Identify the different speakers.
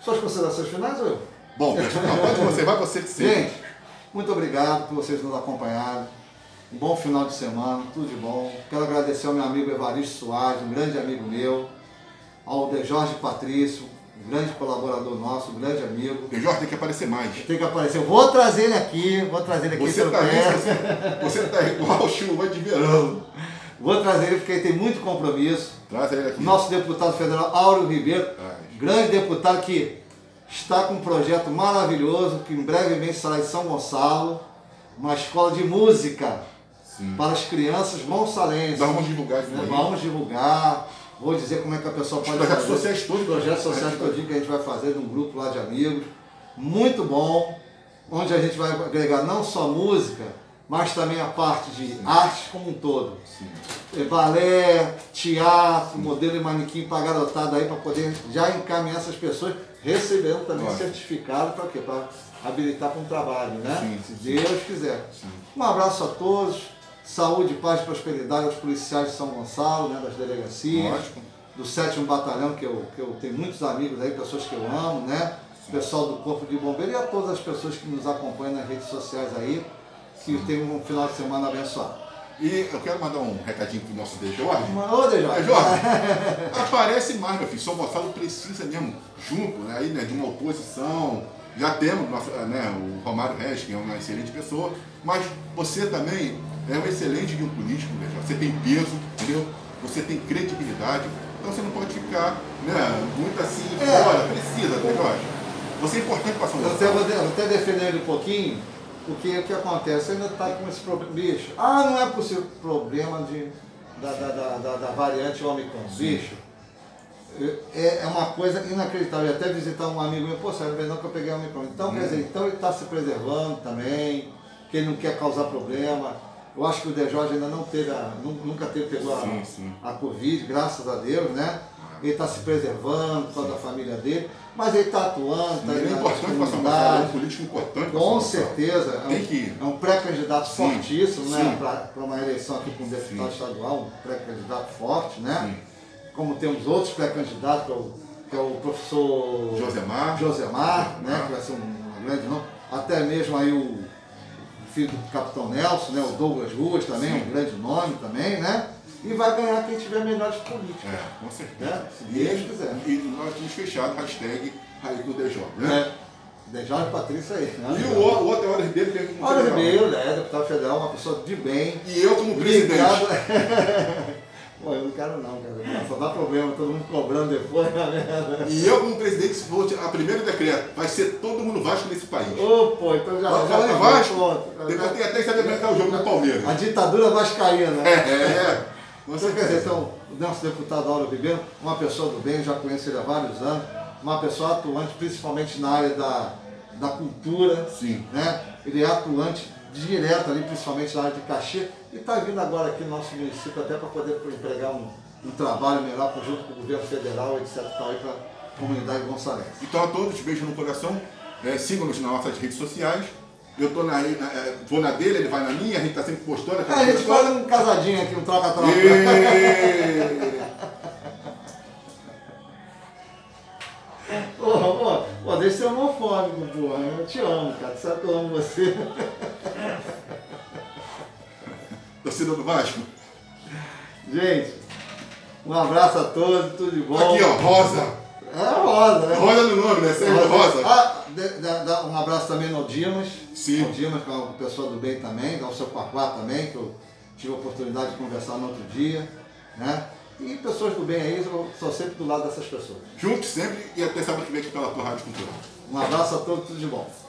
Speaker 1: Suas considerações finais ou eu?
Speaker 2: Bom, pessoal, onde você vai, você que seja.
Speaker 1: Gente, muito obrigado por vocês nos acompanharem. Um bom final de semana, tudo de bom. Quero agradecer ao meu amigo Evaristo Soares, um grande amigo meu, ao De Jorge Patrício, um grande colaborador nosso, um grande amigo.
Speaker 2: De Jorge tem que aparecer mais.
Speaker 1: Tem que aparecer. Eu vou trazer ele aqui, vou trazer ele aqui
Speaker 2: Você
Speaker 1: pelo
Speaker 2: tá,
Speaker 1: pé.
Speaker 2: vendo, você, você tá igual chuva de verão.
Speaker 1: Vou trazer ele porque ele tem muito compromisso.
Speaker 2: Traz ele aqui.
Speaker 1: Nosso deputado federal Áureo Ribeiro,
Speaker 2: Traz.
Speaker 1: grande deputado que está com um projeto maravilhoso que em brevemente será em São Gonçalo, uma escola de música para as crianças gonçalenses.
Speaker 2: Nós vamos divulgar isso
Speaker 1: Né,
Speaker 2: daí.
Speaker 1: Vamos divulgar, vou dizer como é que a pessoa
Speaker 2: Os
Speaker 1: pode
Speaker 2: projetos
Speaker 1: fazer.
Speaker 2: sociais todos.
Speaker 1: Os projetos sociais que eu digo que a gente vai fazer num grupo lá de amigos, muito bom, onde a gente vai agregar não só música, mas também a parte de arte como um todo.
Speaker 2: Sim.
Speaker 1: É, balé, teatro, modelo e manequim para garotada aí para poder já encaminhar essas pessoas, recebendo também
Speaker 2: Ótimo.
Speaker 1: certificado para quê? Para habilitar para um trabalho, né?
Speaker 2: Sim,
Speaker 1: Se
Speaker 2: sim,
Speaker 1: Deus quiser. Um abraço a todos, saúde, paz e prosperidade aos policiais de São Gonçalo, né, das delegacias,
Speaker 2: Ótimo.
Speaker 1: do 7 Batalhão, que eu, que eu tenho muitos amigos aí, pessoas que eu amo, né? O pessoal do Corpo de Bombeiros e a todas as pessoas que nos acompanham nas redes sociais aí, que tenham um final de semana abençoado.
Speaker 2: E eu quero mandar um recadinho pro nosso De Jorge.
Speaker 1: Uma- Ô, DJ,
Speaker 2: Mas, Jorge, aparece mais, meu filho. São Gonçalo precisa mesmo, junto, né, aí, né, de uma oposição. Já temos nosso, né, o Romário Reis, que é uma excelente pessoa, mas você também é um excelente de um político, né, Jorge? você tem peso, entendeu? Você tem credibilidade, então você não pode ficar né, muito assim
Speaker 1: É.
Speaker 2: fora, precisa, né, Jorge? Você é importante para São
Speaker 1: Eu até, vou
Speaker 2: Gonçalo.
Speaker 1: de- eu até defender ele um pouquinho, porque o que acontece? Ainda está com esse problema. Bicho, ah, não é possível problema de, da, da, da, da, da variante Omicron. Bicho, é, é uma coisa inacreditável. Eu até visitar um amigo meu, pô, sério, não que eu peguei Omicron. Então,
Speaker 2: Hum.
Speaker 1: quer dizer, então ele está se preservando também, que ele não quer causar problema. Eu acho que o De Jorge ainda não teve, a, nu- nunca teve pegou a,
Speaker 2: Sim, sim.
Speaker 1: a Covid, graças a Deus, né? Ele está se preservando, toda a família dele, mas ele está atuando, está
Speaker 2: Ele é
Speaker 1: indo nas
Speaker 2: importante para São Gonçalo, é um
Speaker 1: comunidades.
Speaker 2: político importante pra São
Speaker 1: Com
Speaker 2: Gonçalo.
Speaker 1: certeza, é
Speaker 2: Tem que ir.
Speaker 1: um, é um pré-candidato
Speaker 2: Sim.
Speaker 1: fortíssimo,
Speaker 2: Sim.
Speaker 1: né? Para uma eleição aqui com um deputado estadual, um pré-candidato forte, né? Como temos outros pré-candidatos, que é o, que é o professor
Speaker 2: Josemar.
Speaker 1: Josemar, né?
Speaker 2: Josemar.
Speaker 1: Que vai ser um, um grande nome. Até mesmo aí o filho do Capitão Nelson, né? O Douglas Ruas também, um grande nome também, né? E vai ganhar quem tiver melhores políticos.
Speaker 2: É, com certeza.
Speaker 1: Né? Se Deus quiser.
Speaker 2: E, e nós tínhamos fechado hashtag Raiz do DJ, né?
Speaker 1: né? Deixar o Patrícia aí. né?
Speaker 2: E o, o outro é o Horas dele, que é com o
Speaker 1: Olha o
Speaker 2: federal.
Speaker 1: Ribeiro, né? Deputado federal, uma pessoa de bem.
Speaker 2: E eu como presidente.
Speaker 1: Ligado- Pô, eu não quero não, cara. Só dá problema, todo mundo cobrando depois, né? na merda.
Speaker 2: E eu como presidente, se for a primeiro decreto, vai ser todo mundo Vasco nesse país.
Speaker 1: Ô, pô, então já. já
Speaker 2: Falando em
Speaker 1: tá
Speaker 2: Vasco,
Speaker 1: pronto.
Speaker 2: depois tem até que se alimentar o jogo do Palmeiras.
Speaker 1: A ditadura vascaína.
Speaker 2: É,
Speaker 1: né?
Speaker 2: é. Com
Speaker 1: Então, quer dizer,
Speaker 2: certeza.
Speaker 1: então, o nosso deputado Auro Ribeiro, uma pessoa do bem, já conheço ele há vários anos, uma pessoa atuante, principalmente na área da, da cultura.
Speaker 2: Sim.
Speaker 1: né? Ele é atuante direto ali, principalmente na área de cachê, e está vindo agora aqui no nosso município até para poder empregar um, um trabalho melhor junto com o governo federal, etc. tal, aí para a comunidade gonçalense.
Speaker 2: Então a todos, beijo no coração. É, Sigam-nos nas nossas redes sociais. Eu tô na, na- é, vou na dele, ele vai na minha, a gente tá sempre postando.
Speaker 1: É, a gente faz um casadinho aqui, um troca-troca. Ô, ô, ô, deixa de ser homofóbico, porra. Eu te amo, cara. Tu sabe que eu amo você.
Speaker 2: Torcida do Vasco.
Speaker 1: Gente, um abraço a todos, tudo de bom.
Speaker 2: Aqui, ó, Rosa.
Speaker 1: É rosa, né?
Speaker 2: Rosa no nome, né? Sérgio Rosa.
Speaker 1: Ah, de- dá- dá um abraço também no Dimas.
Speaker 2: Sim.
Speaker 1: Ao Dimas, que é uma pessoa do bem também, ao seu Paquá também, que eu tive a oportunidade de conversar no outro dia. Né? E pessoas do bem aí, eu sou sempre do lado dessas pessoas.
Speaker 2: Juntos sempre e até sábado que vem aqui pela tua Rádio Cultural.
Speaker 1: Um abraço a todos, tudo de bom.